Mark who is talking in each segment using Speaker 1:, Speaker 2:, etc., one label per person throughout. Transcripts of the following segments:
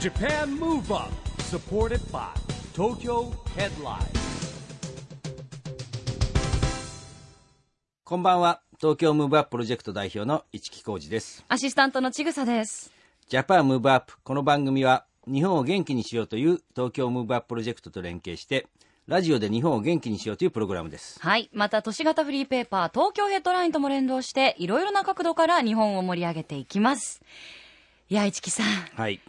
Speaker 1: Japan Move Up supported by Tokyo Headline
Speaker 2: こんばんは。東京ムーブアッププロジェクト代表の市木浩二です。
Speaker 3: アシスタントのちぐさです。
Speaker 2: ジャパンムーブアップ。この番組は、日本を元気にしようという東京ムーブアッププロジェクトと連携して、ラジオで日本を元気にしようというプログラムです。
Speaker 3: はい。また、都市型フリーペーパー、東京ヘッドラインとも連動して、いろいろな角度から日本を盛り上げていきます。いや、市木さん、
Speaker 2: はい。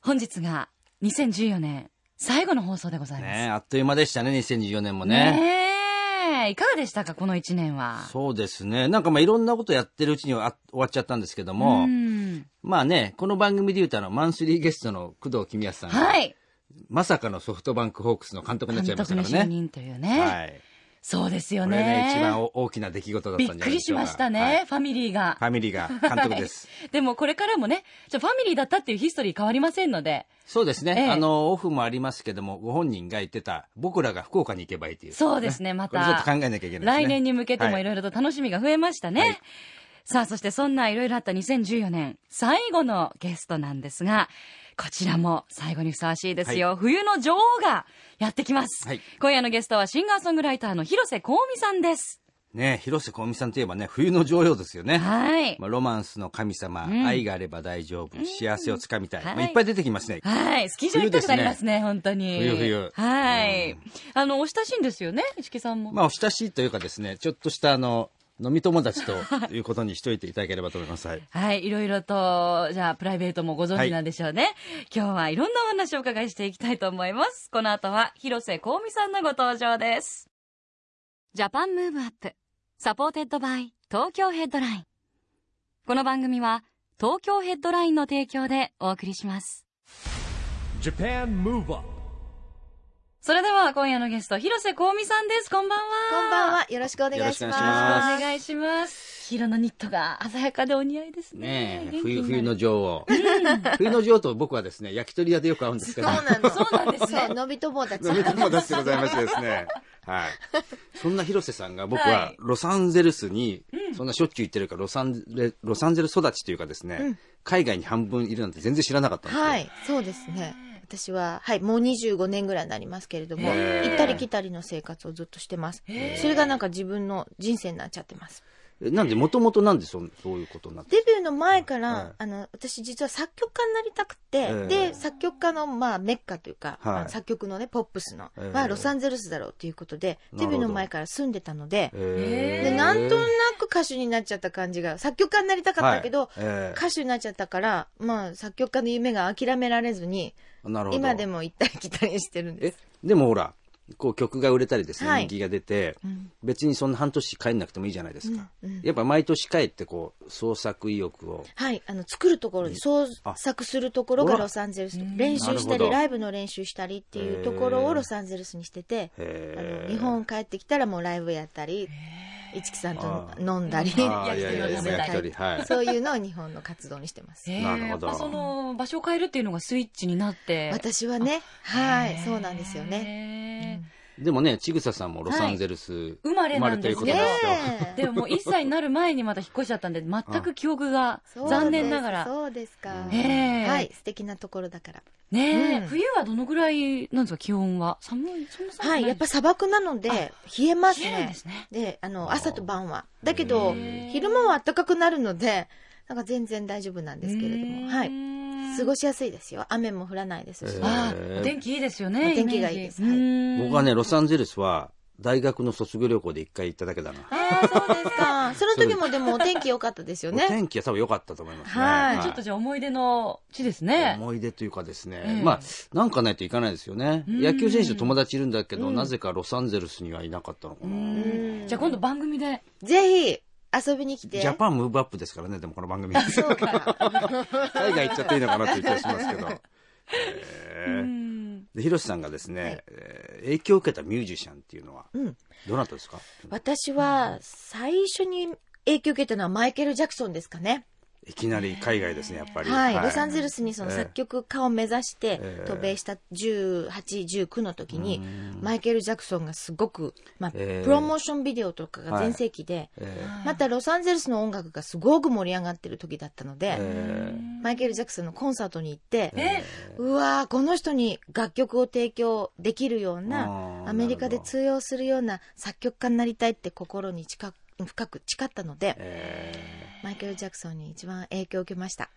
Speaker 3: 本日が2014年最後の放送でございます。
Speaker 2: ねえあっという間でしたね、2014年もね。
Speaker 3: ねえいかがでしたか、この1年は。
Speaker 2: そうですね。なんかまあいろんなことやってるうちにはあ終わっちゃったんですけども、
Speaker 3: うん
Speaker 2: まあね、この番組で言うとあの、マンスリーゲストの工藤公康さんが、
Speaker 3: はい。
Speaker 2: まさかのソフトバンクホークスの監督になっちゃ
Speaker 3: 監
Speaker 2: いました
Speaker 3: 督
Speaker 2: から
Speaker 3: に
Speaker 2: ね。
Speaker 3: 就任というね。
Speaker 2: はい。
Speaker 3: そうですよ
Speaker 2: これ
Speaker 3: ね。
Speaker 2: ね、一番大きな出来事だったん
Speaker 3: び
Speaker 2: じゃ
Speaker 3: っ
Speaker 2: ないでしょうか。
Speaker 3: くりしましたね、
Speaker 2: はい
Speaker 3: ファミリーが
Speaker 2: フ。ァミリーが監督です。
Speaker 3: はいでもこれからもね、ちょファミリーだったっていうヒストリー変わりませんので、
Speaker 2: そうですね、
Speaker 3: ええ
Speaker 2: あの、オフもありますけども、ご本人が言ってた、僕らが福岡に行けばいいという。
Speaker 3: そうですね、ま
Speaker 2: これちょったと考えなきゃいけないですね。
Speaker 3: 来年に向けても
Speaker 2: はい
Speaker 3: ろいろと楽しみが増えましたね。
Speaker 2: はい
Speaker 3: さあ、そしてそんないろいろあった2014年、最後のゲストなんですが、こちらも最後にふさわしいですよ。冬の女王がやってきます、
Speaker 2: はい
Speaker 3: 今夜のゲストはシンガーソングライターの広瀬香美さんです。
Speaker 2: ね、広瀬香美さんといえばね、冬の女王ですよね。
Speaker 3: はい。
Speaker 2: まあ、ロマンスの神様、
Speaker 3: ん
Speaker 2: 愛があれば大丈夫、幸せをつかみたい。
Speaker 3: はい
Speaker 2: まあ、いっぱい出てきますね。
Speaker 3: はい。スキー場行きたくなりますね、本当に。
Speaker 2: 冬冬
Speaker 3: はい。
Speaker 2: うん
Speaker 3: あの、お親しいんですよね、市木さんも。
Speaker 2: まあ、お親しいというかですね、ちょっとしたあの、飲み友達ということにしといていただければと思います。はい。
Speaker 3: はい、いろいろと、じゃあ、プライベートもご存知なんでしょうね。今日はいろんなお話をお伺いしていきたいと思います。この後は、広瀬香美さんのご登場です。ジャパンムーブアップ、サポーテッドバイ、東京ヘッドライン。この番組は、東京ヘッドラインの提供でお送りします。
Speaker 1: Japan Move Up
Speaker 3: それでは、今夜のゲスト、広瀬香美さんです。こんばんは。
Speaker 4: こんばんは。よろしくお願いし
Speaker 2: よろ
Speaker 4: ま
Speaker 2: しく
Speaker 4: す。
Speaker 2: お願
Speaker 3: お願いします。黄色のニットが鮮やかでお似合いですね。
Speaker 2: ねえ、
Speaker 3: 元気
Speaker 2: 冬、
Speaker 3: になる
Speaker 2: 冬の女王。 冬の女王と僕はですね、焼き鳥屋でよく会うんですけ
Speaker 4: そう
Speaker 2: ど、
Speaker 4: なんです。
Speaker 3: そうなんですね
Speaker 4: そう、伸び友達。
Speaker 2: 飲み友達でございましてです ね。はい。そんな広瀬さんが僕
Speaker 3: は
Speaker 2: はいロサンゼルスに、そんなしょっちゅう行ってるからロサンゼ、ロサンゼル育ちというかですね、海外に半分いるなんて全然知らなかったんですよ。
Speaker 4: はい、そうですね。私は、はい、もう25年ぐらいになりますけれども、
Speaker 2: へー
Speaker 4: 行ったり来たりの生活をずっとしてます。それがなんか自分の人生になっちゃってます。
Speaker 2: えなんで、もともとなんでそんそういうことになって
Speaker 4: デビューの前から、
Speaker 2: はい
Speaker 4: あの、私実は作曲家になりたくて、
Speaker 2: ー
Speaker 4: で、作曲家の、まあ、メッカというか、
Speaker 2: はい
Speaker 4: あの作曲のね、ポップスの、
Speaker 2: えー
Speaker 4: まあ、ロサンゼルスだろうということで、
Speaker 2: なる
Speaker 4: デ
Speaker 2: ほど
Speaker 4: ビューの前から住んでたので、
Speaker 3: へー
Speaker 4: で、なんとなく歌手になっちゃった感じが、作曲家になりたかったけど、
Speaker 2: はいえ
Speaker 4: 歌手になっちゃったから、まあ、作曲家の夢が諦められずに、
Speaker 2: ーなるほど。
Speaker 4: 今でも行ったり来たりしてるんで
Speaker 2: え
Speaker 4: す。、
Speaker 2: でもほら、こう曲が売れたりですね、
Speaker 4: はい
Speaker 2: 人気が出て、
Speaker 4: ん
Speaker 2: 別にそんな半年帰んなくてもいいじゃないですか。
Speaker 4: うんうん
Speaker 2: やっぱ毎年帰ってこう、創作意欲を。
Speaker 4: はい、あの、作るところで、創作するところ
Speaker 2: あ
Speaker 4: が
Speaker 2: ほら
Speaker 4: ロサンゼルスと、練習し
Speaker 2: な
Speaker 4: た
Speaker 2: るほ
Speaker 4: り、
Speaker 2: ど
Speaker 4: ライブの練習したりっていうところ
Speaker 2: へー
Speaker 4: をロサンゼルスにしてて、あ
Speaker 2: へー
Speaker 4: の日本帰ってきたらもうライブやったり、市木さんと
Speaker 2: あ
Speaker 4: 飲んだり、
Speaker 2: あーい やいやいや焼き鳥、はい。
Speaker 4: そういうのを日本の活動にしてます。
Speaker 3: えー
Speaker 2: なるほど
Speaker 3: やっぱその場所を変えるっていうのがスイッチになって。
Speaker 4: 私はね、はい、そうなんですよね。
Speaker 3: ね。
Speaker 2: でもね、ちぐささんもロサンゼルス
Speaker 3: 生まれなん
Speaker 2: とい
Speaker 3: で
Speaker 2: う
Speaker 3: す
Speaker 2: こ
Speaker 3: ね
Speaker 2: と
Speaker 3: え
Speaker 2: で
Speaker 3: ー
Speaker 2: す
Speaker 3: ね
Speaker 2: よ。
Speaker 3: でももう1歳になる前にまた引っ越しちゃったんで、全く記憶が
Speaker 4: そうです
Speaker 3: 残念ながら。
Speaker 4: そうですか。
Speaker 3: ねえ
Speaker 4: はい、素敵なところだから。
Speaker 3: ねえ、
Speaker 4: うん
Speaker 3: 冬はどのぐらいなんですか、気温は。寒い、そんな寒く
Speaker 4: は
Speaker 3: ない
Speaker 4: い、やっぱ
Speaker 3: り
Speaker 4: 砂漠なので、冷えます
Speaker 3: 冷えるんで
Speaker 4: ね。
Speaker 3: すね。
Speaker 4: で、あの、朝と晩は。だけど
Speaker 2: へ、ー
Speaker 4: 昼間は暖かくなるので、なんか全然大丈夫なんですけれども、はい。
Speaker 3: い
Speaker 4: 過ご
Speaker 3: し
Speaker 4: しやすいですよ。雨も降らないですし。
Speaker 2: へー
Speaker 3: ああ、お天気いいですよね。
Speaker 4: お天気がいいです
Speaker 3: イメージ
Speaker 4: は
Speaker 3: うん
Speaker 2: 僕はね、ロサンゼルスは大学の卒業旅行で一回行っただけだな。
Speaker 4: ああ、そうですか。その時もでもお天気良かったですよ
Speaker 2: お
Speaker 4: ね。
Speaker 2: 天気は多分良かったと思いますね。
Speaker 4: はい
Speaker 3: ちょっとじゃあ思い出の地ですね。
Speaker 2: 思い出というかですね、
Speaker 3: ええ
Speaker 2: まあ、なんかないといかないですよね。
Speaker 3: うん
Speaker 2: 野球選手と友達いるんだけど、なぜかロサンゼルスにはいなかったのか
Speaker 3: う
Speaker 2: な。
Speaker 3: んじゃあ今度番組で。
Speaker 4: ぜひ、遊びに来
Speaker 2: ジ
Speaker 4: て。
Speaker 2: ャパンムーブアップですからね、でもこの番組。
Speaker 4: あそうか。
Speaker 2: 海外行っちゃっていいのかなっていう気がしますけど。え
Speaker 3: う
Speaker 2: ー
Speaker 3: ん
Speaker 2: で、ヒロシさんがですね、
Speaker 4: はい
Speaker 2: えー影響を受けたミュージシャンっていうのは、
Speaker 4: うん。
Speaker 2: どなたですか
Speaker 4: 私は、最初に影響を受けたのはマイケル・ジャクソンですかね。
Speaker 5: いきなり海外ですね、やっぱり。
Speaker 4: はい、ロサンゼル
Speaker 5: ス。
Speaker 4: スにその
Speaker 5: ええ
Speaker 4: 作曲家を目指して
Speaker 5: ええ
Speaker 4: 渡米した18、19の時に、マイケル・ジャクソンがすごく、まあ、
Speaker 5: ええ
Speaker 4: プロモーションビデオとかが全盛期で、
Speaker 5: え
Speaker 4: またロサンゼルスの音楽がすごく盛り上がってる時だったので、
Speaker 5: え
Speaker 4: マイケル・ジャクソンのコンサートに行って、
Speaker 3: え
Speaker 4: うわー、この人に楽曲を提供できるような
Speaker 5: あ、ー
Speaker 4: アメリカ
Speaker 5: なる
Speaker 4: で
Speaker 5: ほど
Speaker 4: 通用するような作曲家になりたいって心に近く深く誓ったので、マイケル・ジャクソンに一番影響を受けました。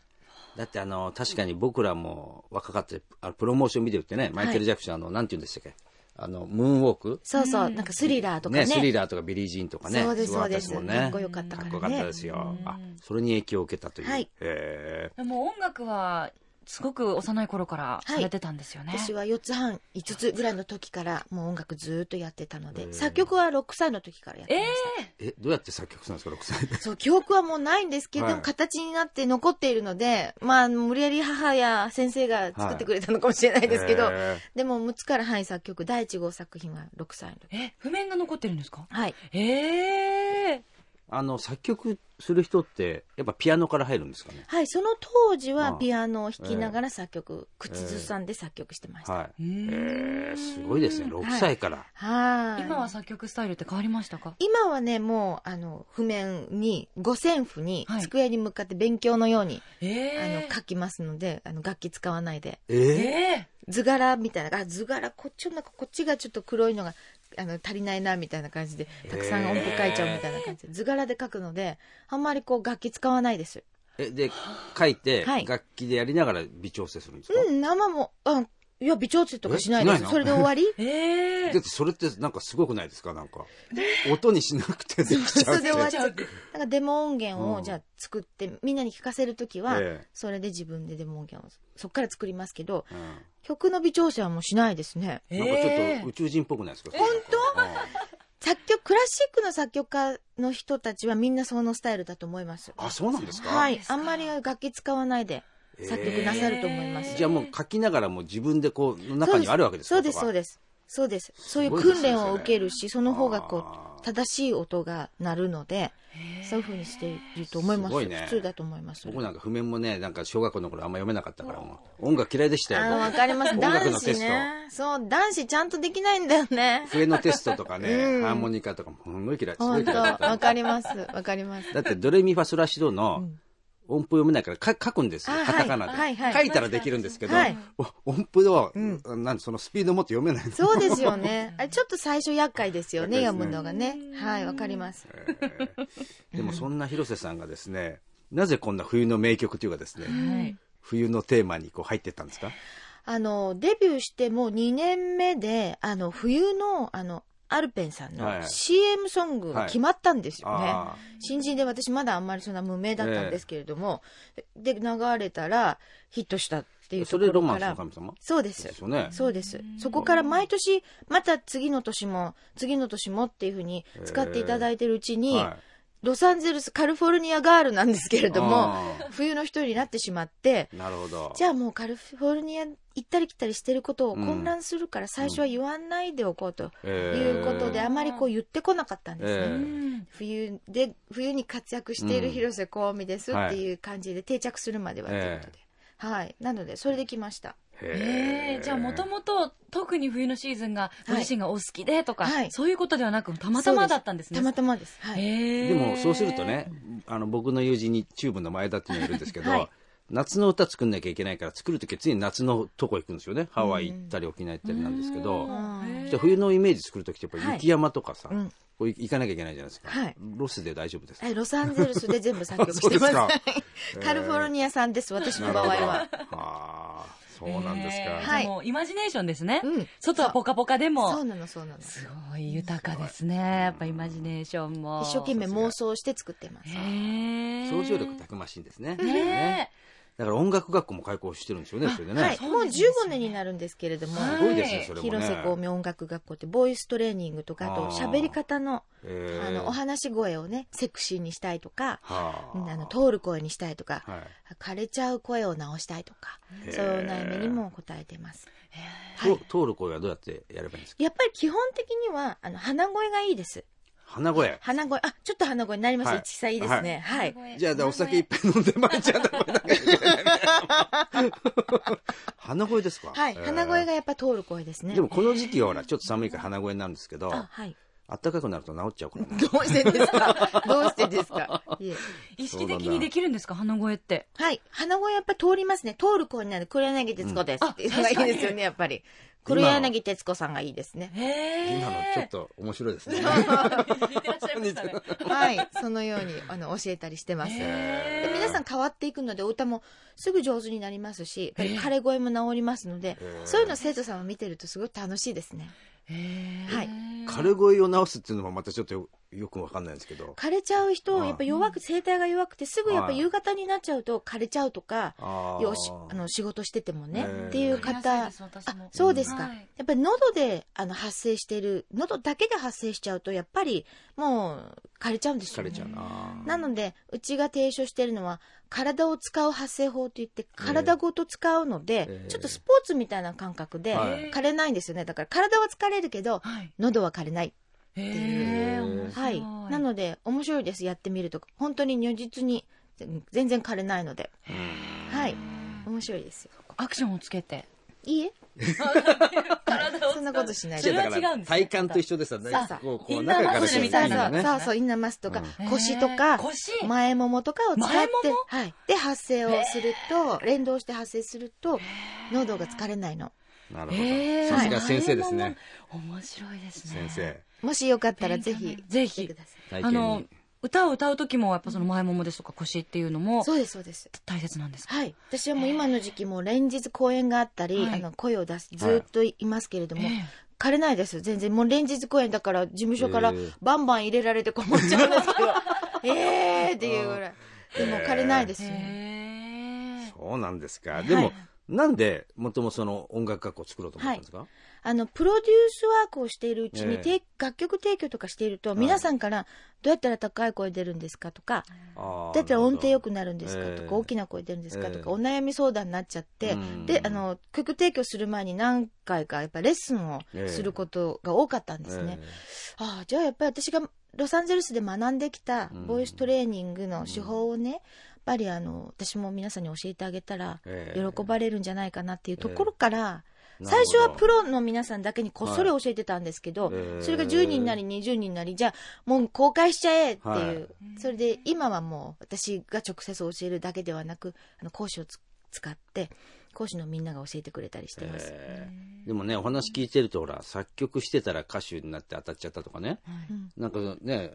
Speaker 2: だってあの、確かに僕らも若かった、あのプロモーションビデオってね、マイケル・ジャクソン、あの、なんて言うんでしたっけあの、ムーンウォーク
Speaker 4: そうそう、なんかスリラーとか
Speaker 2: ね
Speaker 4: ね。
Speaker 2: スリラーとかビリー・ジーンとかね。
Speaker 4: そうです
Speaker 2: ごかった
Speaker 4: そうで
Speaker 2: ですもん
Speaker 4: かっ
Speaker 2: ね。
Speaker 4: こよかった
Speaker 2: か
Speaker 4: か
Speaker 2: っ
Speaker 4: ら
Speaker 2: こ
Speaker 4: ね
Speaker 2: よかったですよ。あ、それに影響を受けたという。
Speaker 4: はい
Speaker 5: え
Speaker 3: でも音楽はすごく幼い頃からされてたんですよね。
Speaker 4: 私は4つ半5つぐらいの時からもう音楽ずーっとやってたので、作曲は6歳の時からやって
Speaker 3: え
Speaker 4: ま
Speaker 3: え
Speaker 4: した、
Speaker 2: え、どうやって作曲したんですか、6歳で。
Speaker 4: そう記憶はもうないんですけれども、
Speaker 5: はい
Speaker 4: 形になって残っているのでまあ無理やり母や先生が作ってくれたのかもしれないですけど、
Speaker 5: え
Speaker 4: でも6つからはい作曲第1号作品は6歳の時
Speaker 3: え、譜面が残ってるんですか
Speaker 4: はい
Speaker 3: ええ
Speaker 2: あの、作曲する人って、やっぱピアノから入るんですかね。
Speaker 4: はいその当時
Speaker 2: あ
Speaker 4: はピアノを弾きながら作曲、口ずさんで作曲してました、
Speaker 2: はい。
Speaker 3: うん
Speaker 2: えー、すごいですね、6歳から。
Speaker 4: はい
Speaker 3: 今は作曲スタイルって変わりましたか
Speaker 4: 今はねもうあの譜面に五線譜に
Speaker 3: はい
Speaker 4: 机に向かって勉強のように、
Speaker 3: え
Speaker 4: あの書きますのであの楽器使わないで
Speaker 2: えー
Speaker 3: え
Speaker 4: 図柄みたいなあ図柄こっちの中こっちがちょっと黒いのがあの足りないなみたいな感じでたくさん音符書いちゃうみたいな感じで図柄で書くのであんまりこう楽器使わないです
Speaker 2: え、で、書いて、
Speaker 4: はい
Speaker 2: 楽器でやりながら微調整するんですか、
Speaker 4: うん生もうんいや微調整とかしないで
Speaker 2: えしないの
Speaker 4: すそれで終 わり
Speaker 3: ええ
Speaker 2: だってそれってなんかすごくないですかなんか。音にしなくてできち
Speaker 4: そ
Speaker 2: ゃうっ
Speaker 4: れ
Speaker 2: て
Speaker 4: で終わっちゃうなんかデモ音源
Speaker 2: う
Speaker 4: を
Speaker 2: ん
Speaker 4: じゃあ作ってみんなに聞かせるときは、
Speaker 2: ええ
Speaker 4: それで自分でデモ音源をそっから作りますけど、
Speaker 2: うん
Speaker 4: 曲の微調整はもうしないですね。
Speaker 2: なんかちょっと宇宙人っぽくないですか本
Speaker 4: 作曲、クラシックの作曲家の人たちはみんなそのスタイルだと思います。
Speaker 2: あ、そうなんですか
Speaker 4: は
Speaker 2: え
Speaker 4: い。あんまり楽器使わないで
Speaker 2: ー
Speaker 4: 作曲なさると思います。
Speaker 2: じゃあもう書きながらも自分でこう、中にあるわけですか
Speaker 4: そうです、そう
Speaker 2: す。
Speaker 4: です。そうです。そういう
Speaker 2: すごいですね
Speaker 4: 訓練を受けるし、その方がこ
Speaker 2: あー
Speaker 4: う、正しい音が鳴るので、そういう風にしていると思いますす。
Speaker 2: ごいね
Speaker 4: 普通だと思います。
Speaker 2: 僕なんか譜面もね、なんか小学校の頃あんま読めなかったから、もう音楽嫌いでした
Speaker 4: あー
Speaker 2: よ。
Speaker 4: わかります。
Speaker 2: 音楽
Speaker 4: 男
Speaker 2: のテス
Speaker 4: 子
Speaker 2: ト
Speaker 4: ね。そう、男子ちゃんとできないんだよ ね。
Speaker 2: 笛のテストとかね、
Speaker 4: うん
Speaker 2: ハーモニカとかもすごい嫌い、すごい
Speaker 4: 本
Speaker 2: 嫌
Speaker 4: 当
Speaker 2: いだった
Speaker 4: わ。かります。わかります。
Speaker 2: だってドレミファソラシドの音符読めないからか書くんですよ
Speaker 4: あはい
Speaker 2: カタカナで、
Speaker 4: はいはい
Speaker 2: 書いたらできるんですけど、
Speaker 4: はい
Speaker 2: お音符を、
Speaker 4: ん
Speaker 2: なんそのスピードもって読めない
Speaker 4: そうです よね。あれちょっと最初厄介ですよね、
Speaker 2: 厄
Speaker 4: 読
Speaker 2: 介ですね
Speaker 4: むのがね。はい、わかります。
Speaker 2: でもそんな広瀬さんがですねなぜこんな冬の名曲というかですね、
Speaker 3: はい
Speaker 2: 冬のテーマにこう入ってったんですか
Speaker 4: あの、デビューしてもう2年目で、あの、冬の、あの、アルペンさん
Speaker 2: は
Speaker 4: の
Speaker 2: い
Speaker 4: CM ソングが決まったんですよね。
Speaker 2: あ
Speaker 4: 新人で私まだあんまりそんな無名だったんですけれども、で、流れたらヒットしたっていう
Speaker 2: そ
Speaker 4: とこ
Speaker 2: れロ
Speaker 4: ろ
Speaker 2: マ
Speaker 4: か
Speaker 2: ンスの
Speaker 4: ら。
Speaker 2: 神様
Speaker 4: そうで
Speaker 2: ですす。よね
Speaker 4: そうです。そこから毎年、また次の年も、次の年もっていうふうに使っていただいてるうちに、
Speaker 2: は
Speaker 4: ロサンゼルス、カリフォルニアガールなんですけれども、
Speaker 2: あ
Speaker 4: 冬の一人になってしまって、
Speaker 2: ーなるほど
Speaker 4: じゃあもうカリフォルニア行ったり来たりしてることを
Speaker 2: うん
Speaker 4: 混乱するから最初は言わないでおこうということで、
Speaker 2: えー
Speaker 4: あまりこう言ってこなかったんですね。
Speaker 2: えー
Speaker 4: 冬で、冬に活躍している広瀬香美ですっていう感じで定着するまではということで。はい。なので、それで来ました。
Speaker 3: ええじゃあもともと特に冬のシーズンがご自身がお好きでとか、
Speaker 4: はい
Speaker 3: そういうことではなくたまたまだったんですね。
Speaker 4: たまたまです。はい。
Speaker 3: ええ
Speaker 2: でもそうするとね、あの僕の友人にチューブの前田っていうのがいるんですけど、
Speaker 4: はい
Speaker 2: 夏の歌作んなきゃいけないから作るときは常に夏のとこ行くんですよね。ハワイ行ったり沖縄行ったりなんですけど、
Speaker 4: うん
Speaker 2: じゃあ冬のイメージ作るときってやっぱ
Speaker 4: はい
Speaker 2: 雪山とかさ、
Speaker 4: うん
Speaker 2: こう行かなきゃいけないじゃないですか。
Speaker 4: はい
Speaker 2: ロスで大丈夫ですか
Speaker 4: はい、ロサンゼルスで全部作曲
Speaker 2: そ
Speaker 4: し
Speaker 2: うで
Speaker 4: て
Speaker 2: す
Speaker 4: ます。
Speaker 2: か
Speaker 4: カリフォルニアさんです、私の場合は。
Speaker 2: ああ、そうなんですか。
Speaker 3: ええ
Speaker 4: はい
Speaker 3: じゃあもうイマジネーションですね。
Speaker 4: うん
Speaker 3: 外はポカポカで
Speaker 4: そう
Speaker 3: も。
Speaker 4: なの、そうなの。一
Speaker 3: すごい豊かですね。やっぱイマジネーションも。
Speaker 4: 生懸命妄想して作ってます。
Speaker 3: ええ
Speaker 2: 想像力たくましいんですね。
Speaker 3: ね
Speaker 2: だから音楽学校も開校してるんですよね、それでね。
Speaker 4: はい、
Speaker 2: す
Speaker 4: もう15年になるんですけれども、
Speaker 3: はい
Speaker 2: ごいですね、それもね。
Speaker 4: 広瀬香美音楽学校ってボイストレーニングとか、あと
Speaker 2: あー
Speaker 4: 喋り方の、
Speaker 2: ええ
Speaker 4: あの、お話し声をね、セクシーにしたいとか、
Speaker 2: は
Speaker 4: うんあの、通る声にしたいとか、
Speaker 2: あはい。
Speaker 4: 枯れちゃう声を直したいとか、そういうお悩みにも答えてます。
Speaker 2: と通る声はどうやってやればいいんですか
Speaker 4: やっぱり基本的には、あの、鼻声がいいです。
Speaker 5: 花小屋。
Speaker 4: 鼻声、あ、ちょっと鼻声になりました。
Speaker 5: はい
Speaker 4: 一さんいいですね。はい。
Speaker 5: じゃあ、お酒いっぱい飲んでまいちゃった。花声ですか
Speaker 4: はい。鼻声
Speaker 5: が。
Speaker 4: がやっぱ通る声ですね。
Speaker 5: でもこの時期はほら、ちょっと寒いから鼻声になるんですけど、
Speaker 4: あ、はい。
Speaker 5: 暖かくなると治っちゃうからね。
Speaker 4: どうしてですかどうしてですかいえ。
Speaker 3: 意識的にできるんですか鼻声って。
Speaker 4: はい。鼻声やっぱ通りますね。通る声になる。黒柳徹子です。っていうのがいいですよね、やっぱり。黒柳徹子さんがいいですね。
Speaker 3: へ
Speaker 5: 今のちょっと面白いですね。
Speaker 3: と。似てらっしゃ いましたね。
Speaker 4: はい。そのように、あの、教えたりしてます。で皆さん変わっていくので、お歌もすぐ上手になりますし、やっぱり枯れ声も治りますので、そういうの生徒さんを見てるとすごく楽しいですね。はい。
Speaker 5: 枯れ声を治すっていうのもまたちょっとよよくわかんないんですけど。
Speaker 4: 枯れちゃう人、やっぱ弱く、声帯が弱くて、すぐやっぱ
Speaker 5: はい
Speaker 4: 夕方になっちゃうと枯れちゃうとか、
Speaker 5: あー
Speaker 4: よし、あの、仕事しててもね、
Speaker 5: えー
Speaker 4: っていう
Speaker 3: わかりや
Speaker 4: 方
Speaker 3: すいです、私
Speaker 4: あ
Speaker 3: も、
Speaker 4: そうですか。
Speaker 3: はい
Speaker 4: やっぱり喉で、あの、発生してる、喉だけで発生しちゃうと、やっぱり、もう、枯れちゃうんです
Speaker 5: 枯
Speaker 4: よ、ね。
Speaker 5: れちゃうな。
Speaker 4: なので、うちが提唱してるのは、体を使う発声法といって、体ごと使うので、
Speaker 5: えー
Speaker 4: ちょっとスポーツみたいな感覚で、
Speaker 5: はい
Speaker 4: 枯れないんですよね。だから、体は疲れるけど、
Speaker 3: はい。
Speaker 4: 喉は枯れない。
Speaker 3: へえ、面白
Speaker 4: はい。なので、面白いです。やってみると。本当に如実に、全全然枯れないので。はい。面白いですよ。
Speaker 3: アクションをつけて。
Speaker 4: いいえ
Speaker 3: 体を
Speaker 4: そんなことしない
Speaker 3: そ
Speaker 4: で。
Speaker 3: れは違うんですね
Speaker 5: 体感と一緒でさ、なんかこう、こう、中から
Speaker 3: インナーマッスルみたいな
Speaker 5: ね。
Speaker 4: そうそう、インナーマッスルとか、腰と
Speaker 3: へー
Speaker 4: か、
Speaker 3: 腰
Speaker 4: 前ももとかを使っ
Speaker 3: 前
Speaker 4: て
Speaker 3: もも、
Speaker 4: はい。で、発声をすると、連動して発声すると、喉が疲れないの。
Speaker 5: なるほど。
Speaker 3: ええ
Speaker 5: さすが先生ですね。。
Speaker 3: 面白いです
Speaker 5: 先
Speaker 3: ね。
Speaker 5: 生。
Speaker 4: もしよかったら、ぜ
Speaker 3: 勉
Speaker 4: ひ
Speaker 3: 強、にぜひ
Speaker 4: 来てください
Speaker 5: 体
Speaker 3: あ
Speaker 5: 験
Speaker 3: の
Speaker 5: に。、
Speaker 3: 歌を歌う時もやっぱその前ももですとか腰っていうのも
Speaker 4: そうです、そうです。
Speaker 3: 大切なんですか
Speaker 4: はい。私はもう今の時期、もう連日公演があったり、
Speaker 3: はい
Speaker 4: あの、声を出す、ずっといますけれども、
Speaker 3: ええ
Speaker 4: 枯れないです。全然。もう連日公演だから、事務所から
Speaker 5: へえ
Speaker 4: バンバン入れられて困っちゃうん ですけど、えーっていうぐらい。でも枯れないですよ。
Speaker 3: へえ
Speaker 5: そうなんですか。でも、なんで、もともその音楽学校を作ろうと思ったんですか
Speaker 4: あの、プロデュースワークをしているうちに、
Speaker 5: ええ
Speaker 4: て楽曲提供とかしていると、皆さんから、どうやったら高い声出るんですかとか、
Speaker 5: あー
Speaker 4: どうやったら音程良
Speaker 5: なる
Speaker 4: くなるんですかと
Speaker 5: え
Speaker 4: か、
Speaker 5: え
Speaker 4: 大きな声出るんですか
Speaker 5: え
Speaker 4: と
Speaker 5: え
Speaker 4: か、お悩み相談になっちゃって
Speaker 5: うん、
Speaker 4: で、あの、曲提供する前に何回か、やっぱレッスンをすることが多かったんですね。
Speaker 5: え
Speaker 4: ああ、じゃあやっぱり私がロサンゼルスで学んできた
Speaker 5: うん
Speaker 4: ボイストレーニングの手法をね、やっぱりあの、私も皆さんに教えてあげたら、
Speaker 5: ええ
Speaker 4: 喜ばれるんじゃないかなっていうところから、
Speaker 5: え
Speaker 4: 最初は
Speaker 5: なるほど
Speaker 4: プロの皆さんだけにこっそり教えてたんですけど、
Speaker 5: はいええ
Speaker 4: それが10人なり20人なり、じゃあもう公開しちゃえっていう、
Speaker 5: はい
Speaker 4: それで今はもう私が直接教えるだけではなく、あの講師をつ使って、講師のみんなが教えてくれたりしてます。
Speaker 5: えーでもね、お話聞いてると、ほら、作曲してたら歌手になって当たっちゃったとかね。なんかね、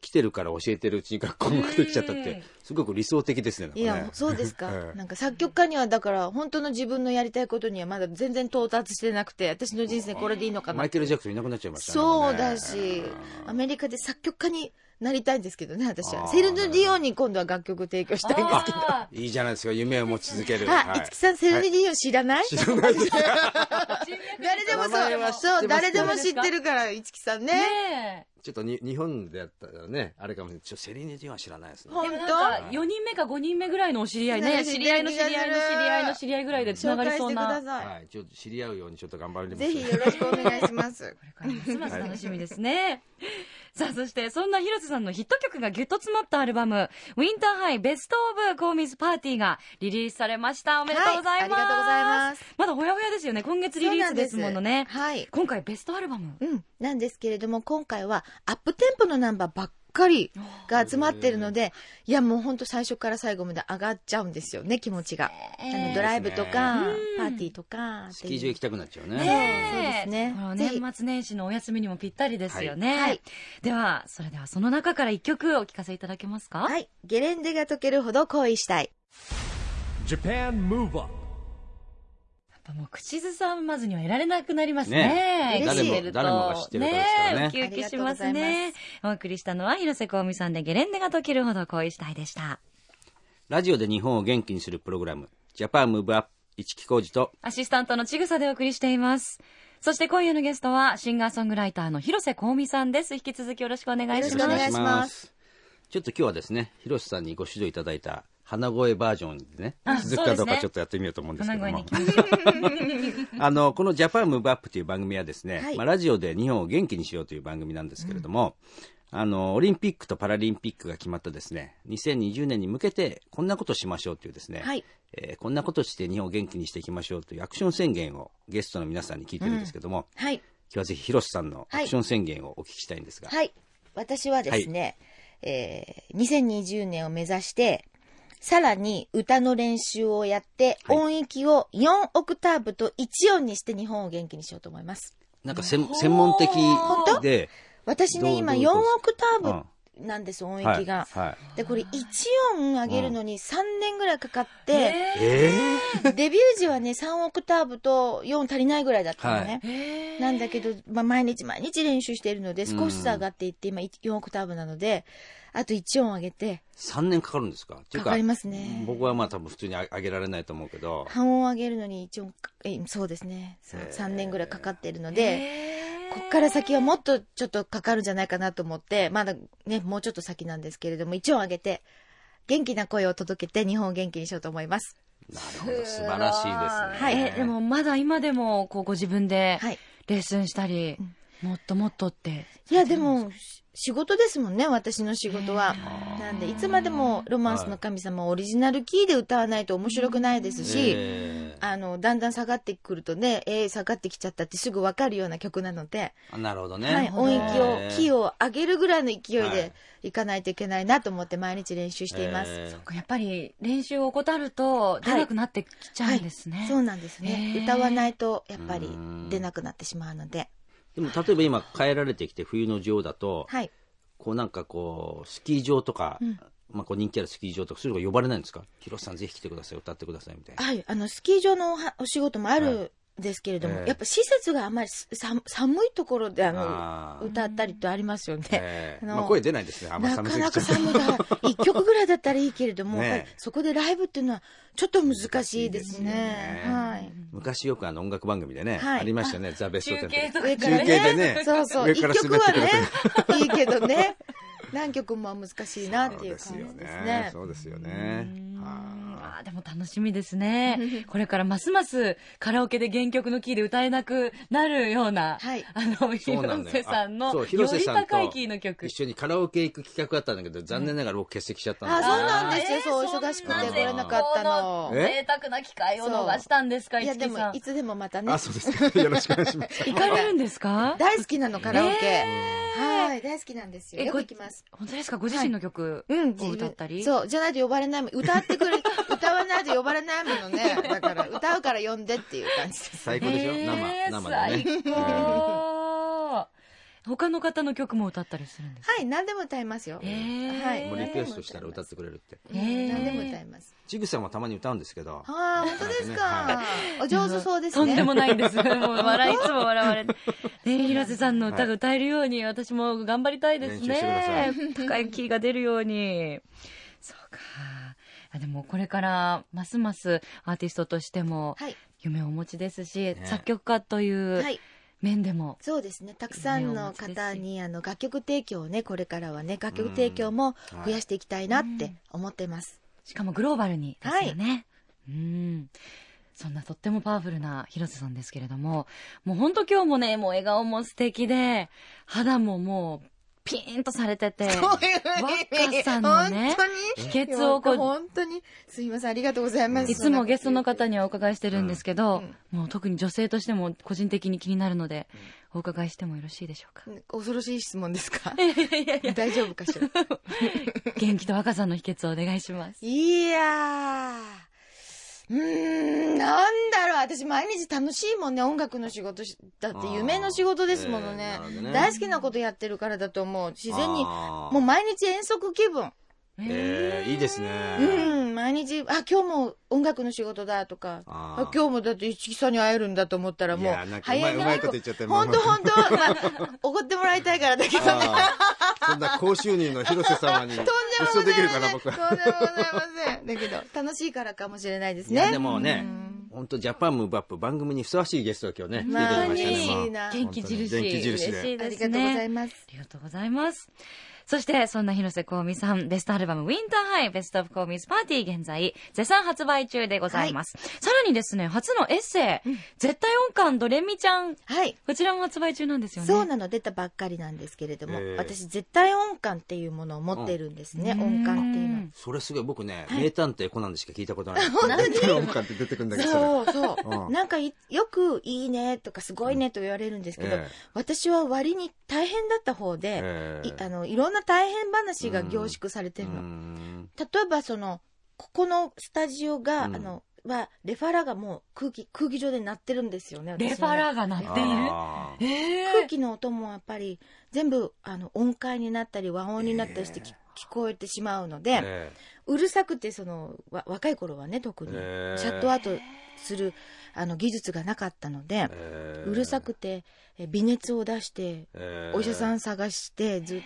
Speaker 5: 来てるから教えてるうちに学校もできちゃったって、すごく理想的ですね。なんか
Speaker 4: い
Speaker 5: ね
Speaker 4: や、そうです か
Speaker 5: え。え
Speaker 4: なんか作曲家には、だから、本当の自分のやりたいことにはまだ全然到達してなくて、私の人生これでいいのか
Speaker 5: マ
Speaker 4: な
Speaker 5: イ。ケル・ジャクソンいなくなっちゃいましたね。
Speaker 4: そうだ
Speaker 5: もうね
Speaker 4: し、アメリカで作曲家になりたいんですけどね、私は。
Speaker 5: あー
Speaker 4: セルヌ・ディオンに今度は楽曲提供したいんですけど。
Speaker 3: あ
Speaker 5: いいじゃないですか、夢を持ち続ける。
Speaker 4: あ、いつきさん、セルヌ・ディオン知らない
Speaker 5: 知らないです
Speaker 3: ー人脈
Speaker 4: 誰でも
Speaker 5: 名前は知ってますけ
Speaker 4: そう、そう、
Speaker 5: ど
Speaker 4: 誰でも知ってるから、いつきさんね。
Speaker 3: ね
Speaker 5: ちょっとに日本でやったらね、あれかもしれない。ちょセリーヌ・ディオンは知らないですね。
Speaker 3: え
Speaker 4: 本
Speaker 3: でもなん
Speaker 4: 当
Speaker 3: か4人目か5人目ぐらいのお知り合い
Speaker 4: な
Speaker 3: ね
Speaker 4: んか
Speaker 3: 知り合いの知り合いの知り合いの知り合いぐらいでつな
Speaker 4: 紹
Speaker 3: がり
Speaker 4: 介し
Speaker 3: そう
Speaker 4: てくだ
Speaker 3: な
Speaker 4: さ
Speaker 5: はい、ちょっと知り合うようにちょっと頑張り
Speaker 4: い。
Speaker 5: ま
Speaker 4: ぜ
Speaker 5: す。
Speaker 4: ひよろしくお願いします。
Speaker 3: ますます楽しみですね。 さあ、そして、そんな広瀬さんのヒット曲がギュッと詰まったアルバム、ウィンターハイベストオブコーミズパーティーがリリースされました。おめでとうございます。
Speaker 4: はいありがとうございます。
Speaker 3: まだほやほやですよね。今月リリースですものね。
Speaker 4: そうなんですはい
Speaker 3: 今回ベストアルバム。
Speaker 4: うん、なんですけれども、今回はアップテンポのナンバーばっかりが集まってるので、いや、もう本当最初から最後まで上がっちゃうんですよね、気持ちが。あのドライブとか、パーティーとかっ
Speaker 5: ス
Speaker 4: て
Speaker 5: キー場
Speaker 4: い
Speaker 5: 行
Speaker 4: う
Speaker 5: き。たくなっちゃうね。
Speaker 4: そうですね
Speaker 3: この
Speaker 4: ぜひ
Speaker 3: 年末年始のお休みにもぴったりですよね。
Speaker 4: はいはい
Speaker 3: では、それではその中から一曲お聞かせいただけますか
Speaker 4: はい。ゲレンデが溶けるほど恋したい。
Speaker 1: Japan Move Up
Speaker 3: やっぱもう口ずさまずには得られなくなります
Speaker 5: ね
Speaker 3: ね。
Speaker 4: え
Speaker 3: 聞
Speaker 5: 誰も
Speaker 3: いてると
Speaker 5: 誰もが知ってる歌ですからね
Speaker 3: えウキウキしますね。お送りしたのは広瀬香美さんでゲレンデが解けるほど恋したいでした。
Speaker 2: ラジオで日本を元気にするプログラム、ジャパンムーブアップ、市木浩二と、
Speaker 3: アシスタントのちぐさでお送りしています。そして今夜のゲストはシンガーソングライターの広瀬香美さんです。引き続きよろしくお願いし
Speaker 4: よろしくお
Speaker 3: ま
Speaker 4: 願
Speaker 3: す。
Speaker 4: いします。
Speaker 2: ちょっと今日はですね、広瀬さんにご指導いただいた鼻声バージョンでね
Speaker 3: あ、
Speaker 2: 続くかど
Speaker 3: そ
Speaker 2: う
Speaker 3: うです
Speaker 2: か
Speaker 3: ね
Speaker 2: ちょっとやってみようと思うんですけ
Speaker 3: 鼻
Speaker 2: ど
Speaker 3: 声
Speaker 2: も
Speaker 3: に。聞いて
Speaker 2: あの、このジャパンムーブアップという番組はですね、
Speaker 4: はい
Speaker 2: まあ、ラジオで日本を元気にしようという番組なんですけれども、あの、オリンピックとパラリンピックが決まったですね、2020年に向けて、こんなことしましょうというですね、
Speaker 4: はい
Speaker 2: えーこんなことして日本を元気にしていきましょうというアクション宣言をゲストの皆さんに聞いてるんですけども、
Speaker 4: はい。
Speaker 2: 今日はぜひ広瀬さんのアクション宣言をお聞きしたいんですが、
Speaker 4: はい。私はですね、えー、2020年を目指して、さらに歌の練習をやって、
Speaker 2: はい
Speaker 4: 音域を4オクターブと1音にして日本を元気にしようと思います。
Speaker 2: なんか専専門的で、
Speaker 4: 私ね、
Speaker 2: どう
Speaker 4: 今
Speaker 2: どうい
Speaker 4: 4
Speaker 2: うこと
Speaker 4: オクタ
Speaker 2: う
Speaker 4: ー
Speaker 2: ん
Speaker 4: ブなんです、音
Speaker 2: はい
Speaker 4: 域が。
Speaker 2: はい
Speaker 4: で、これ1音上げるのに3年ぐらいかかって、
Speaker 3: え
Speaker 2: え
Speaker 4: デビュー時はね、3オクターブと4足りないぐらいだったのね。
Speaker 3: え
Speaker 4: なんだけど、まあ、毎日毎日練習しているので、少しずつ上がっていって、今4オクターブなので、あと1音上げて、
Speaker 2: ー、3年かかるんですかっていう
Speaker 4: かかりますね。
Speaker 2: 僕はまあ多分普通にあ上げられないと思うけど、
Speaker 4: 半音上げるのに一応、えそうですね。3年ぐらいかかっているので、こっから先はもっとちょっとかかるんじゃないかなと思って、まだね、もうちょっと先なんですけれども、一音上げて、元気な声を届けて日本を元気にしようと思います。
Speaker 2: なるほど、素晴らしいですね。
Speaker 4: はい
Speaker 3: えでもまだ今でもこうご自分で
Speaker 4: はい。
Speaker 3: レッスンしたり、もっともっとって
Speaker 4: いや、でも、し仕事ですもんね、私の仕事は。なんで、いつまでもロマンスの神様をオリジナルキーで歌わないと面白くないですし、
Speaker 2: え
Speaker 4: あの、だんだん下がってくるとね、えー下がってきちゃったってすぐわかるような曲なので、
Speaker 2: ー、なるほどね。
Speaker 4: はい、音域を、キー
Speaker 2: を
Speaker 4: を上げるぐらいの勢い
Speaker 2: はい
Speaker 4: でいかないといけないなと思って毎日練習しています。
Speaker 3: やっぱり練習を怠ると出なくなってきちゃうんですね、
Speaker 4: そうなんですね、
Speaker 3: へー
Speaker 4: 歌わないとやっぱり
Speaker 2: うん
Speaker 4: 出なくなってしまうので、
Speaker 2: でも例えば今帰られてきて冬の女王だと、
Speaker 4: はい、
Speaker 2: こうなんかこうスキー場とか、まあこう人気あるスキー場とかそういうのが呼ばれないんですか広瀬さんぜひ来てください歌ってくださいみたいな
Speaker 4: はい、あのスキー場のおはお仕事もあ
Speaker 2: は
Speaker 4: るんですけれども、
Speaker 2: ええ
Speaker 4: やっぱ施設があまりすさ寒いところであの
Speaker 2: あー
Speaker 4: 歌ったりってありますよね。
Speaker 2: えー
Speaker 4: あの
Speaker 2: まあ、声出ないですねあんま
Speaker 4: な
Speaker 2: 寒
Speaker 4: か
Speaker 2: すぎ
Speaker 4: な
Speaker 2: ち
Speaker 4: か
Speaker 2: ゃう
Speaker 4: 寒いから、1曲 ぐらいだったらいいけれども、
Speaker 2: ねえ
Speaker 4: やっぱりそこでライブっていうのはちょっと難しいですね。
Speaker 2: 難しいですよね
Speaker 4: はい。
Speaker 2: 昔よくあの音楽番組でね、
Speaker 4: はい
Speaker 2: ありましたよね「ザ・ベストテン」
Speaker 3: 中継とかね
Speaker 4: 上か
Speaker 2: 中
Speaker 4: ら
Speaker 2: 継でね
Speaker 4: そうそう。
Speaker 2: 上
Speaker 4: 一
Speaker 2: から
Speaker 4: 曲
Speaker 2: 滑って
Speaker 4: は
Speaker 2: くる
Speaker 4: ね、いいけどね。何曲も難しいなっていう感じですね。
Speaker 2: そうですよね
Speaker 3: あーでも楽しみですね。これからますますカラオケで原曲のキーで歌えなくなるような、
Speaker 4: はい
Speaker 3: あの、
Speaker 2: そうな
Speaker 3: 広
Speaker 2: だよ
Speaker 3: 瀬さんの
Speaker 2: あそ
Speaker 3: よ
Speaker 2: う広瀬
Speaker 3: り
Speaker 2: さんと
Speaker 3: 高いキーの曲。
Speaker 2: 一緒にカラオケ行く企画があったんだけど残念ながら僕欠席しちゃったん
Speaker 4: あ、
Speaker 2: ですよ
Speaker 4: そうなんです
Speaker 3: え
Speaker 4: よ。
Speaker 3: ー
Speaker 4: そう、
Speaker 3: そんな
Speaker 4: 忙しくて来れなかったの
Speaker 3: こ。贅沢な機会を逃したんですか、
Speaker 4: い
Speaker 3: い
Speaker 4: や、
Speaker 3: つ
Speaker 4: で
Speaker 3: きさ
Speaker 4: も
Speaker 3: ん、
Speaker 4: い。つでもまたね
Speaker 2: あ。そうですかよろしくお願いします
Speaker 3: 行かれるんですか
Speaker 4: 大好きなの、カラオケ
Speaker 3: え。
Speaker 4: はい、大好きなんですよ。
Speaker 3: え
Speaker 4: よ
Speaker 3: こ
Speaker 4: く
Speaker 3: れ
Speaker 4: 行きます。
Speaker 3: 本当ですかご自身の曲
Speaker 4: うん、
Speaker 3: を歌ったり、
Speaker 4: 自分そう、じゃないと呼ばれないもん。歌ってくれ、 歌わないと呼ばれないものね。だから、歌うから呼んでっていう感じです。
Speaker 2: 最高でしょ、
Speaker 3: えー
Speaker 2: 生生でね
Speaker 3: 最高。他の方の曲も歌ったりするんですか
Speaker 4: はい、何でも歌いますよ。
Speaker 3: えー
Speaker 4: はい。
Speaker 2: もうリクエストしたら歌ってくれるって
Speaker 4: うん
Speaker 3: へー
Speaker 4: 何でも歌います。
Speaker 2: ちぐさんはたまに歌うんですけど
Speaker 4: ああ、本当です
Speaker 2: なん
Speaker 4: か。お上手そうですね。
Speaker 3: とんでもないんです。もう笑い、いつも笑われて。 ね広瀬さんの歌が歌えるように、私も頑張りたいです
Speaker 2: 練習
Speaker 3: ね。高いキーが出るように。そうか。あでもこれからますますアーティストとしても
Speaker 4: はい。
Speaker 3: 夢をお持ちですし、作曲家という
Speaker 4: はい。
Speaker 3: 面でも、
Speaker 4: そうですね。たくさんの方に、あの、楽曲提供をね、これからはね、楽曲提供も増やしていきたいなって思ってます。
Speaker 3: しかもグローバルにですよね。うんそんなとってもパワフルな広瀬さんですけれども、もう本当今日もね、もう笑顔も素敵で、肌ももうピーンとされてて。若さのね
Speaker 4: 本当に
Speaker 3: 秘訣をこう
Speaker 4: 本当に、すいません、ありがとうございます。
Speaker 3: いつもゲストの方にはお伺いしてるんですけど、
Speaker 4: う
Speaker 3: もう特に女性としても個人的に気になるので、お伺いしてもよろしいでしょうか。
Speaker 4: うん。恐ろしい質問ですか大丈夫かしら。
Speaker 3: 元気と若さの秘訣をお願いします。
Speaker 4: いやー。うーん、なんだろう。私、毎日楽しいもんね。音楽の仕事し、だって夢の仕事ですものね。
Speaker 2: あーえーなるほどね
Speaker 4: 大好きなことやってるからだと思う。自然に、
Speaker 2: あー
Speaker 4: もう毎日遠足気分。
Speaker 2: えー、いいですね、
Speaker 4: うん、毎日、あ、今日も音楽の仕事だとか、
Speaker 2: あー
Speaker 4: あ今日もだって一木さんに会えるんだと思ったらもう、
Speaker 2: いやーなんか
Speaker 4: 早
Speaker 2: うまいうまいこと言っちゃって
Speaker 4: 本当本当 まあ、怒ってもらいたいからだけどね。
Speaker 2: あー そんな高収入の広瀬様にご馳
Speaker 4: とん
Speaker 2: 走
Speaker 4: で
Speaker 2: で
Speaker 4: も
Speaker 2: き
Speaker 4: ご
Speaker 2: るか
Speaker 4: ざい
Speaker 2: な僕
Speaker 4: ません。
Speaker 2: は
Speaker 4: とんでもございません。だけど、楽しいからかもしれないです
Speaker 2: いや
Speaker 4: ね。
Speaker 2: でもね本当ジャパンムーブアップ番組にふさわしいゲストが今日ね
Speaker 4: まあ
Speaker 2: 出てきましたね、
Speaker 4: いいな
Speaker 2: もう
Speaker 3: 元気印。
Speaker 2: 元気印
Speaker 3: 嬉し
Speaker 2: で
Speaker 3: い
Speaker 4: あ
Speaker 3: で
Speaker 4: り
Speaker 3: す
Speaker 4: がとうござ
Speaker 3: ね
Speaker 4: い。ます。
Speaker 3: ありがとうございます。そして、そんな広瀬香美さん、ベストアルバム、ウィンターハイ、ベストオブ香美スパーティー現在、絶賛発売中でございます。さらにですね、初のエッセイ、絶対音感ドレミちゃん、
Speaker 4: はい。
Speaker 3: こちらも発売中なんですよね。
Speaker 4: そうなの出たばっかりなんですけれども、
Speaker 5: えー
Speaker 4: 私絶対音感っていうものを持っているんですね、音感っていうのは
Speaker 5: それすごい僕ね、名探偵コナンでしか聞いたことない。本当に音感って出てくるんだけど、それ
Speaker 4: そうそう、
Speaker 5: うん
Speaker 4: なんかいよく「いいね」とか「すごいね」と言われるんですけど、
Speaker 5: ええ
Speaker 4: 私は割に大変だった方で、
Speaker 5: ええ
Speaker 4: いあのいろんな大変話が凝縮されてる
Speaker 5: う
Speaker 4: の、
Speaker 5: ん
Speaker 4: 例えばそのここのスタジオが、
Speaker 5: うん
Speaker 4: あのはレファラがもう空気空気上で鳴ってるんですよね
Speaker 3: レ
Speaker 4: 私
Speaker 3: フ
Speaker 4: の
Speaker 3: ァ
Speaker 4: 中で
Speaker 3: ラーが鳴っている。
Speaker 5: あー
Speaker 3: え
Speaker 4: 空気の音もやっぱり全部あの音階になったり和音になったりしてき、聞こえてしまうので、
Speaker 5: え
Speaker 4: うるさくてそのわ若い頃はね特に、
Speaker 5: ええ
Speaker 4: シャットアウトするあの技術がなかったので、
Speaker 5: え
Speaker 4: うるさくてえ微熱を出して、
Speaker 5: ええ
Speaker 4: お医者さん探してずっ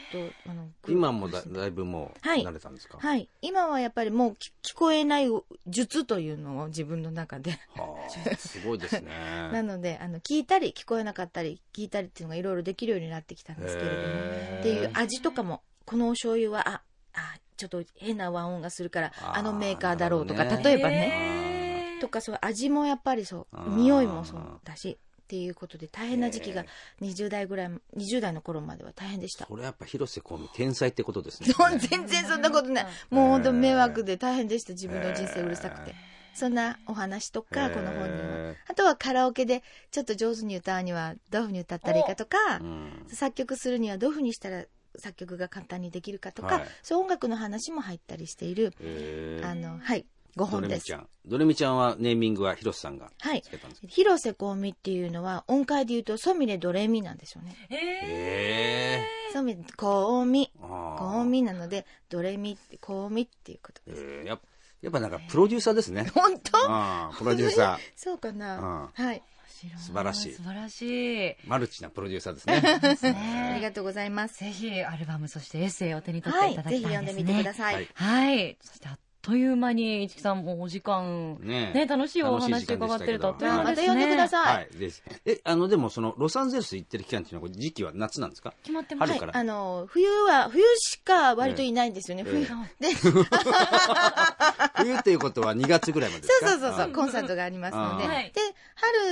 Speaker 4: とあのぐ
Speaker 5: 今もだ
Speaker 4: 苦しんで
Speaker 5: だいぶもう
Speaker 4: はい
Speaker 5: 慣れたんですか、
Speaker 4: はい今はやっぱりもう聞聞こえない術というのを自分の中で
Speaker 5: はあすごいですね
Speaker 4: なのであの聞いたり聞こえなかったり聞いたりっていうのがいろいろできるようになってきたんですけれども、
Speaker 5: へー
Speaker 4: っていう味とかもこのお醤油はああちょっと変な和音がするから
Speaker 5: あ
Speaker 4: あ
Speaker 5: ー
Speaker 4: のメーカーだろうとか、
Speaker 5: なるほどね
Speaker 4: 例えばね、
Speaker 3: え
Speaker 4: とかそう味もやっぱりそ
Speaker 5: あ
Speaker 4: う
Speaker 5: ー
Speaker 4: 匂いもそうだしっていうことで大変な時期が20代ぐらい20代の頃までは大変でした
Speaker 5: それやっぱ広瀬香美天才ってことですね
Speaker 4: 全然そんなことないもう本当迷惑で大変でした自分の人生うるさくてそんなお話とか
Speaker 5: へー
Speaker 4: この本にはあとはカラオケでちょっと上手に歌うにはどういうふうに歌ったらいいかとか
Speaker 5: うん
Speaker 4: 作曲するにはどういうふうにしたら作曲が簡単にできるかとか、
Speaker 5: はい
Speaker 4: そういう音楽の話も入ったりしている
Speaker 5: ええ
Speaker 4: あのはい5
Speaker 5: ド
Speaker 4: 本
Speaker 5: レ
Speaker 4: で
Speaker 5: ミ
Speaker 4: す
Speaker 5: ちゃんドレミちゃんはネーミングは広瀬さんが
Speaker 4: はい
Speaker 5: つけたんですか
Speaker 4: 広瀬香美っていうのは音階で言うとソミレドレミなんですよね。
Speaker 3: え
Speaker 5: え
Speaker 4: ソミレ香美
Speaker 5: えあー
Speaker 4: 香美なのでドレミって香美っていうことです。
Speaker 5: ええやっぱやっぱなんかプロデューサーですね
Speaker 4: 本当？
Speaker 5: ああプロデューサ
Speaker 4: そうかな。はい。
Speaker 3: ー
Speaker 5: 素晴らしい
Speaker 3: 素晴らしい。
Speaker 5: ーマルチなプロデューサーですね
Speaker 4: ありがとうございます。
Speaker 3: ぜひアルバムそしてエッセイを手に取っ
Speaker 4: は
Speaker 3: てい
Speaker 4: い。
Speaker 3: た
Speaker 4: ぜ
Speaker 3: だき
Speaker 4: ひ
Speaker 3: た
Speaker 4: 読
Speaker 3: い
Speaker 4: ん
Speaker 3: で
Speaker 4: ですみてくだ
Speaker 3: ね。
Speaker 4: さ
Speaker 5: はいい。
Speaker 3: はい。そしてあっという間に、市木さんもお時間、
Speaker 5: ねえ
Speaker 3: ね、楽しいお話伺ってるとあっという
Speaker 4: あ
Speaker 3: 間
Speaker 4: ま
Speaker 3: で
Speaker 4: た
Speaker 3: す
Speaker 4: 呼んでくだ
Speaker 3: ね。
Speaker 4: さ。
Speaker 5: はいい、です。え、あの、でも、その、ロサンゼルス行ってる期間っていうのは、これ時期は夏なんですか
Speaker 3: 決まってます
Speaker 5: 春か
Speaker 4: はい
Speaker 5: ら。
Speaker 4: あの冬は冬しか割といないんですよね。
Speaker 5: えええ
Speaker 4: 冬で
Speaker 5: 冬っていうことは2月ぐらいまでです
Speaker 4: そう
Speaker 5: か
Speaker 4: そうそうそう
Speaker 5: あ
Speaker 4: コンサートがありますので
Speaker 5: あー
Speaker 3: はい
Speaker 4: で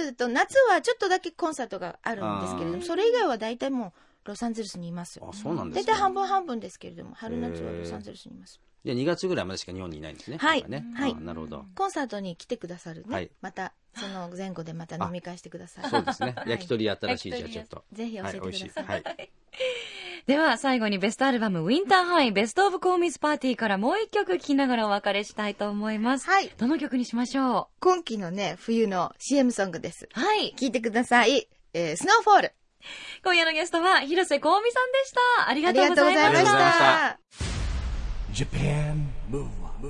Speaker 4: 春と夏はちょっとだけコンサートがあるんですけれど
Speaker 5: あ
Speaker 4: もそれ以外は大体もうロサンゼルスにいます。
Speaker 5: あ、そうなんで
Speaker 4: 大
Speaker 5: すか
Speaker 4: 体半分半分ですけれども春夏はロサンゼルスにいます、
Speaker 5: じゃあ2月ぐらいまでしか日本にいないんですね。
Speaker 4: はい
Speaker 5: 今ね
Speaker 4: はい
Speaker 5: あなるほど。
Speaker 4: コンサートに来てくださるね、
Speaker 5: はい
Speaker 4: またその前後でまた飲み会してください
Speaker 5: そうですね。
Speaker 4: はい
Speaker 5: 焼き鳥屋新しいじゃあ
Speaker 3: 焼き
Speaker 5: ちょっ
Speaker 3: 鳥
Speaker 5: と。
Speaker 4: ぜひ教えてください、
Speaker 5: はい、美味しい。はい。
Speaker 3: では最後にベストアルバム、ウィンターハイ、ベストオブコーミスパーティーからもう一曲聴きながらお別れしたいと思います。
Speaker 4: はい
Speaker 3: どの曲にしましょ
Speaker 4: 今期のね冬の CM ソングです
Speaker 3: うはい。
Speaker 4: 聞いてください、えー、スノーフォール
Speaker 3: 今夜のゲストは広瀬香美さんでした。あり
Speaker 4: あ
Speaker 3: がとう
Speaker 4: り
Speaker 3: ご
Speaker 4: がとう
Speaker 3: ざ
Speaker 4: ご
Speaker 3: い
Speaker 4: ざい
Speaker 3: ま
Speaker 4: ま
Speaker 5: ありがとうござい
Speaker 3: し
Speaker 4: した
Speaker 3: た。
Speaker 4: た
Speaker 1: Japan Move Up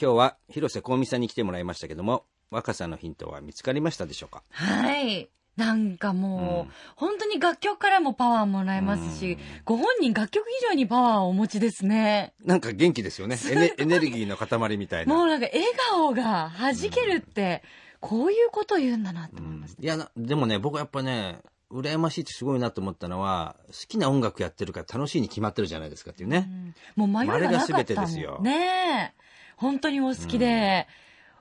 Speaker 2: 今日は広瀬香美さんに来てもらいましたけども若さのヒントは見つかりましたでしょうか
Speaker 3: はい。なんかもう、本当に楽曲からもパワーもらえますし、ご本人楽曲以上にパワーをお持ちですね。
Speaker 2: なんか元気ですよねエネエネルギーの塊みたいな
Speaker 3: もうなんか笑顔が弾けるって、こういうこと言うんだなって思いました。
Speaker 2: いやなでもね僕やっぱね羨ましいってすごいなと思ったのは好きな音楽やってるから楽しいに決まってるじゃないですかっていうね、
Speaker 3: もう迷いがなか
Speaker 2: あれが全
Speaker 3: ってた
Speaker 2: で
Speaker 3: も
Speaker 2: す
Speaker 3: ん
Speaker 2: よ
Speaker 3: ねえ。本当にお好きで、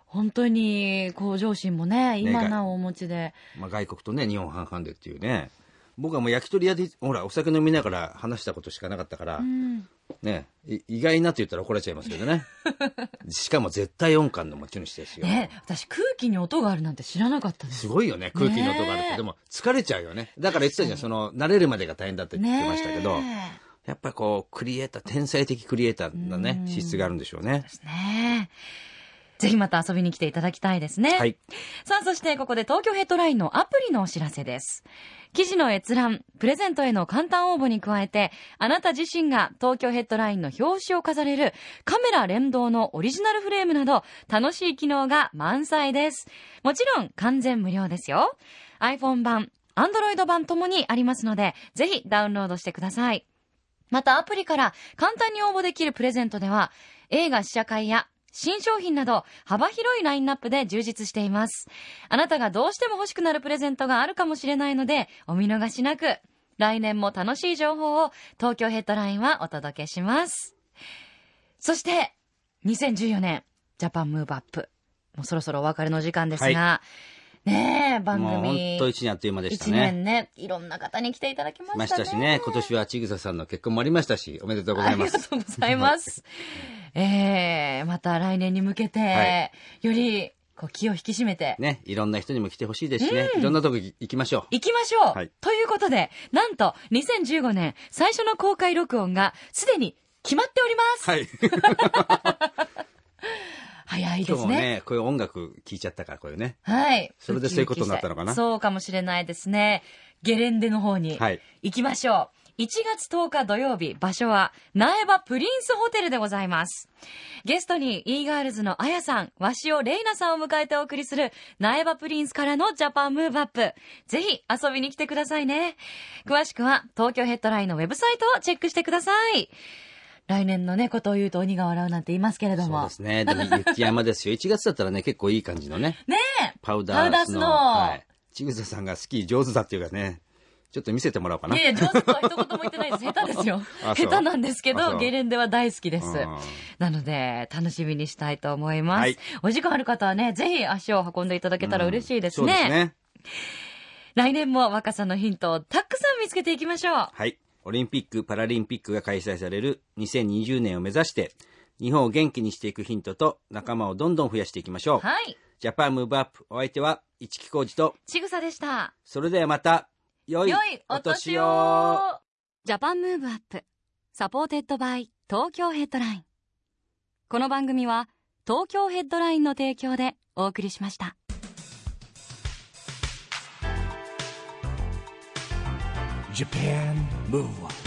Speaker 3: 本当に向上心もね、今なおお持ちで。
Speaker 2: まあ、外国とね日本半々でっていうね僕はもう焼き鳥屋でほらお酒飲みながら話したことしかなかったから、
Speaker 3: うん
Speaker 2: ねい意外なと言ったら怒られちゃいますけどね しかも絶対音感の持ち主ですよ、
Speaker 3: ねえ私空気に音があるなんて知らなかったです
Speaker 2: す。ごいよね空気の音があるっ
Speaker 3: ねえ
Speaker 2: てでも疲れちゃうよねだから言ってたじゃんその慣れるまでが大変だって言ってましたけど、
Speaker 3: ねえ
Speaker 2: やっぱりこうクリエイター天才的クリエイターなね資質があるんでしょうね
Speaker 3: ですね。ぜひまた遊びに来ていただきたいですね。
Speaker 2: はい
Speaker 3: さあ、そしてここで東京ヘッドラインのアプリのお知らせです。記事の閲覧、プレゼントへの簡単応募に加えて、あなた自身が東京ヘッドラインの表紙を飾れるカメラ連動のオリジナルフレームなど、楽しい機能が満載です。もちろん完全無料ですよ。iPhone 版、Android 版ともにありますので、ぜひダウンロードしてください。またアプリから簡単に応募できるプレゼントでは、映画試写会や新商品など幅広いラインナップで充実しています。あなたがどうしても欲しくなるプレゼントがあるかもしれないので、お見逃しなく。来年も楽しい情報を東京ヘッドラインはお届けします。そして、2014年、ジャパンムーブアップ。もうそろそろお別れの時間ですが、ねえ、番
Speaker 2: もう本
Speaker 3: 組。
Speaker 2: 当一年あっという間でした
Speaker 3: 一
Speaker 2: ね。
Speaker 3: 年ね、いろんな方に来ていただきましたね。
Speaker 2: ましたしね、今年はちぐささんの結婚もありましたし、おめでとうございま
Speaker 3: あり
Speaker 2: す。
Speaker 3: がとうございます。えー、また来年に向けて、
Speaker 2: は
Speaker 3: よりこう気を引き締めて、
Speaker 2: ね、いろんな人にも来てほしいですしね、いろんなとこ行きましょう。
Speaker 3: 行きましょう、
Speaker 2: はい
Speaker 3: ということで、なんと2015年最初の公開録音がすでに決まっております。
Speaker 2: はい。
Speaker 3: 早いで
Speaker 2: 今日も
Speaker 3: すね。
Speaker 2: ね、こういう音楽聴いちゃったから、こういうね。
Speaker 3: はい。
Speaker 2: それでそういうことになったのかな
Speaker 3: ウキウキしてそうかもしれないですね。ゲレンデの方に
Speaker 2: はい
Speaker 3: 行きましょう。1月10日土曜日、場所は苗場プリンスホテルでございます。ゲストに e ガールズのあやさん、わしおれいなさんを迎えてお送りする苗場プリンスからのジャパンムーブアップ。ぜひ遊びに来てくださいね。詳しくは東京ヘッドラインのウェブサイトをチェックしてください。来年のね、ことを言うと鬼が笑うなんて言いますけれど
Speaker 2: そう
Speaker 3: も。
Speaker 2: ですね。でも雪山ですよ。1月だったらね、結構いい感じのね、
Speaker 3: ねえ
Speaker 2: パウ
Speaker 3: パ
Speaker 2: ダ
Speaker 3: ウダ
Speaker 2: ー
Speaker 3: ー
Speaker 2: ス
Speaker 3: ス
Speaker 2: ノ
Speaker 3: ノ
Speaker 2: ー。
Speaker 3: ー。
Speaker 2: はい。ちぐささんがスキー上手だっていうからね、ちょっと見せてもらおうかない
Speaker 3: やいや、上手とは一言も言ってないです。下手ですよ。
Speaker 2: あ
Speaker 3: 下
Speaker 2: そう
Speaker 3: 手なんですけ
Speaker 2: あそ
Speaker 3: ど、
Speaker 2: う
Speaker 3: ゲレンデは大好きです
Speaker 2: うん。
Speaker 3: なので、楽しみにしたいと思います。
Speaker 2: はい
Speaker 3: お時間ある方はね、ぜひ足を運んでいただけたら嬉しいです
Speaker 2: そう
Speaker 3: ね。
Speaker 2: ですね。
Speaker 3: 来年も若さのヒントをたくさん見つけていきましょう。
Speaker 2: はい。オリンピック・パラリンピックが開催される2020年を目指して、日本を元気にしていくヒントと仲間をどんどん増やしていきましょう。
Speaker 3: はい。
Speaker 2: ジャパンムーブアップ、お相手は市木浩二と、
Speaker 3: ちぐさでした。
Speaker 2: それではまた、良い
Speaker 3: 良いお年をジャパンムーブアップサポーテッドバイ東京ヘッドラインこの番組は東京ヘッドラインの提供でお送りしました。
Speaker 1: Japan Move Up